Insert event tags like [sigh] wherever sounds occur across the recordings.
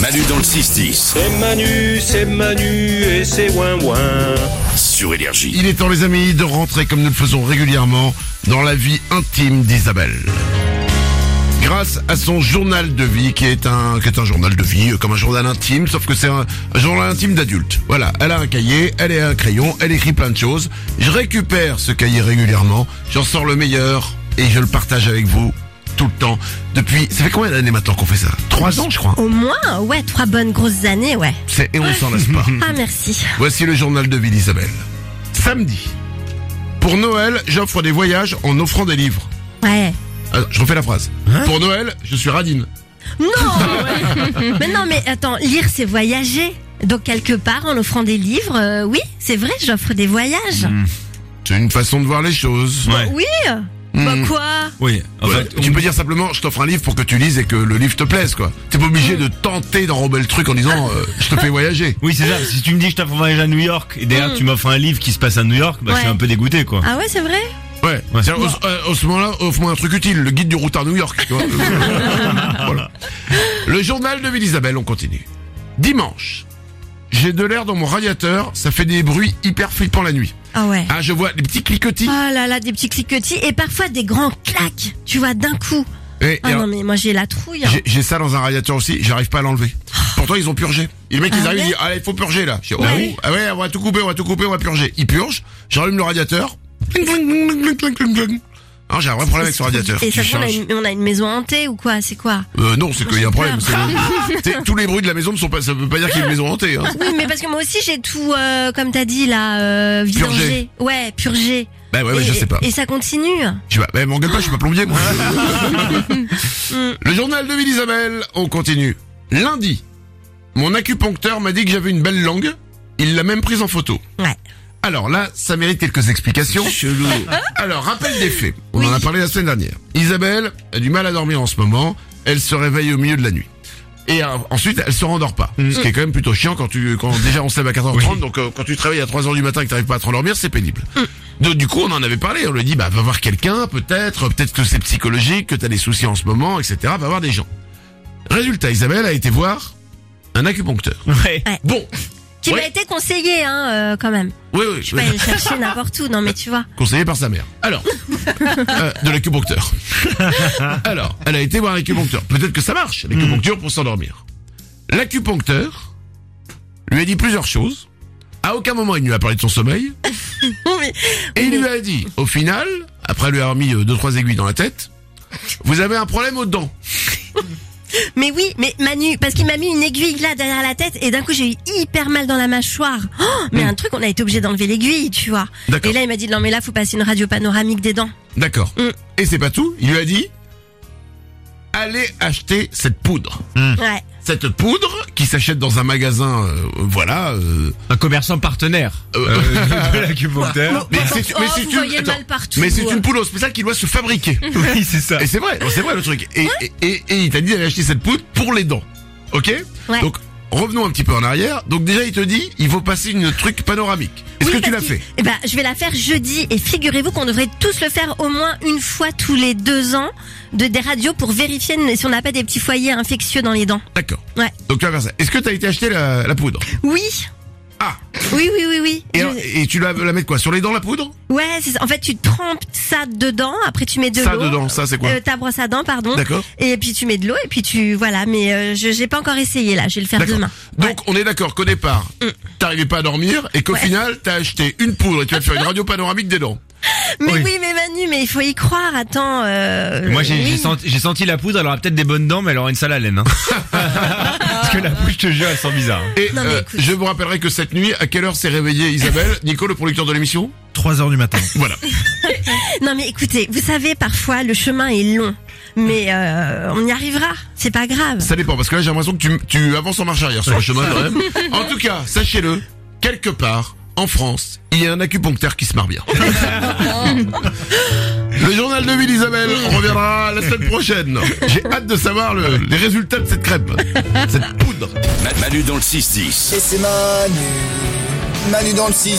Manu dans le 6-10 C'est Manu, c'est Manu et c'est ouin ouin. sur Énergie. Il est temps, les amis, de rentrer comme nous le faisons régulièrement dans la vie intime d'Isabelle. Grâce à son journal de vie, qui est un, qui est un journal de vie, euh, comme un journal intime, sauf que c'est un, un journal intime d'adulte. Voilà, elle a un cahier, elle a un crayon, elle écrit plein de choses. Je récupère ce cahier régulièrement, j'en sors le meilleur et je le partage avec vous tout le temps. Depuis, ça fait combien d'années maintenant qu'on fait ça Trois ans, je crois. Au moins, ouais, trois bonnes grosses années, ouais. C'est et on s'en lasse pas. Ah, merci. Voici le journal de vie d'Isabelle. Samedi. Pour Noël, j'offre des voyages en offrant des livres. Ouais. Ah, je refais la phrase. Hein Pour Noël, je suis radine. Ah Non [laughs] Mais non, mais attends, lire, c'est voyager. Donc, quelque part, en offrant des livres, euh, oui, c'est vrai, j'offre des voyages. Mhm. C'est une façon de voir les choses. Ouais. Oui Bah Mhm. quoi Oui. En Ouais, fait, tu on- peux dire simplement, je t'offre un livre pour que tu lises et que le livre te plaise, quoi. T'es pas obligé de tenter d'enrober le truc en disant, euh, je te fais voyager. Oui, c'est ça. Si tu me dis que je t'offre un voyage à New York et derrière tu m'offres un livre qui se passe à New York, bah, je suis Ouais. un peu dégoûté, quoi. Ah ouais, c'est vrai Ouais. Ouais. C'est-à-dire, au- euh, au, ce moment-là, offre-moi un truc utile, le guide du routard New York. [laughs] tu vois. Voilà. Le journal de Ville-Isabelle, on continue. Dimanche. J'ai de l'air dans mon radiateur, ça fait des bruits hyper flippants la nuit. Ah ouais. Ah, je vois des petits cliquetis. Oh là là, des petits cliquetis et parfois des grands claques, tu vois, d'un coup. Et- et Ah alors, non, mais moi, j'ai la trouille. hein. j'ai- J'ai ça dans un radiateur aussi, j'arrive pas à l'enlever. Pourtant, ils ont purgé. Et le mec, ils Ah arrivent, ouais ils disent, allez, il faut purger là. Je dis, oh, Ah oui. ah ouais, on va tout couper, on va tout couper, on va purger. Ils purgent, j'allume le radiateur. Cling, cling, cling, cling, cling, cling, cling. Alors, j'ai un vrai problème avec ce radiateur. Et Tu ça se trouve, on a, changes. une, on a une maison hantée ou quoi C'est quoi Euh, non, c'est qu'il y a un Moi, problème. j'ai c'est- tu sais, tous les bruits de la maison ne sont pas, ça veut pas dire qu'il y a une maison hantée. Hein. Oui, mais parce que moi aussi, j'ai tout, euh, comme t'as dit, là, euh, vidangé. Purgé. Ouais, purgé. Bah ouais, ouais, et, je sais pas. Et ça continue. Je sais pas, mais m'engueule pas, je suis pas plombier, moi. Le journal de Ville-Isabelle, on continue. Lundi, mon acupuncteur m'a dit que j'avais une belle langue. Il l'a même prise en photo. Ouais. Alors là, ça mérite quelques explications. Chelou. Alors, rappel des faits. On en a parlé la semaine dernière. Isabelle a du mal à dormir en ce moment. Elle se réveille au milieu de la nuit. Et euh, ensuite, elle se rendort pas. Ce qui est quand même plutôt chiant quand tu, quand déjà on se lève à 4h30, donc euh, quand tu te réveilles à 3h du matin et que t'arrives pas à te rendormir, c'est pénible. Donc, du coup, on en avait parlé. On lui a dit, bah, va voir quelqu'un, peut-être, peut-être que c'est psychologique, que t'as des soucis en ce moment, etc. Va voir des gens. Résultat, Isabelle a été voir un acupuncteur. [laughs] Ouais. Bon. Qui Oui. m'a été conseillé, hein, euh, quand même. Oui, oui. Je peux aller [laughs] le chercher n'importe où, non mais tu vois. [laughs] conseillée par sa mère. Alors, euh, de [laughs] l'acupuncteur. Alors, elle a été voir l'acupuncteur. Peut-être que ça marche, l'acupuncture Mm. pour s'endormir. L'acupuncteur lui a dit plusieurs choses. À aucun moment il ne lui a parlé de son sommeil. mais- Et il lui a dit, au final, après lui avoir mis euh, deux trois aiguilles dans la tête, vous avez un problème aux dents. Mais oui, mais Manu, parce qu'il m'a mis une aiguille là derrière la tête et d'un coup j'ai eu hyper mal dans la mâchoire. [gasps] Oh, mais un truc, on a été obligé d'enlever l'aiguille, tu vois. Hmm. D'accord. Et là il m'a dit non mais là faut passer une radio panoramique des dents. D'accord. Mm. Et c'est pas tout. Il lui a dit, allez acheter cette poudre. Ouais. Cette poudre qui s'achète dans un magasin, euh, voilà. euh, Un commerçant partenaire euh, [laughs] de l'acupuncteur. Mais Attends, c'est oh, vous voyez le mal partout. mais c'est une poule au spécial qui doit se [laughs] fabriquer. Oui, c'est ça. et c'est vrai, c'est vrai le truc. Et, et, et, et il t'a dit d'aller acheter cette poudre pour les dents. Ok Ouais. Donc revenons un petit peu en arrière. Donc déjà il te dit, il faut passer une truc panoramique. Est-ce Oui, que tu l'as parce fait Eh ben, je vais la faire jeudi et figurez-vous qu'on devrait tous le faire au moins une fois tous les deux ans de des radios pour vérifier si on n'a pas des petits foyers infectieux dans les dents. D'accord. Ouais. Donc tu vas faire ça. Est-ce que tu as été acheter la, la [laughs] poudre Oui. Ah. Oui, oui, oui, oui. et, Je- alors- et tu la, la mettre quoi Sur les dents la poudre Ouais, c'est ça. en fait tu trempes ça dedans, après tu mets de Ça l'eau. dedans, ça c'est quoi Euh, ta brosse à dents, pardon. D'accord. Et puis tu mets de l'eau et puis tu voilà, mais euh, je j'ai pas encore essayé là, je vais le faire D'accord. demain. Mm. Donc on est d'accord qu'au départ, t'arrivais pas à dormir et qu'au Ouais. final, t'as acheté une poudre et tu vas te faire une radio panoramique des dents. Mais Oui. oui. mais Manu, mais il faut y croire. Attends. euh, Moi j'ai j'ai oui. senti, j'ai senti la poudre, elle aura peut-être des bonnes dents, mais elle aura une sale haleine. Hein. [laughs] Parce que la poudre, je te jure, elle sent bizarre. hein. Et Non, mais euh, écoute. je vous rappellerai que cette nuit, à quelle heure s'est réveillé [laughs] Isabelle Nico, le producteur de l'émission 3 heures du matin. Voilà. Non mais écoutez, vous savez parfois le chemin est long, mais euh, on y arrivera. C'est pas grave. Ça dépend, parce que là, j'ai l'impression que tu, tu avances en marche arrière sur le chemin quand même. En tout cas, sachez-le, quelque part, en France, il y a un acupuncteur qui se marre bien. Le journal de ville, Isabelle, on reviendra la semaine prochaine. J'ai hâte de savoir le- les résultats de cette crêpe, cette poudre. Ma- Manu dans le 6-10. Et c'est Manu, Manu dans le 6-10.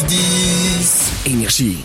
Énergie.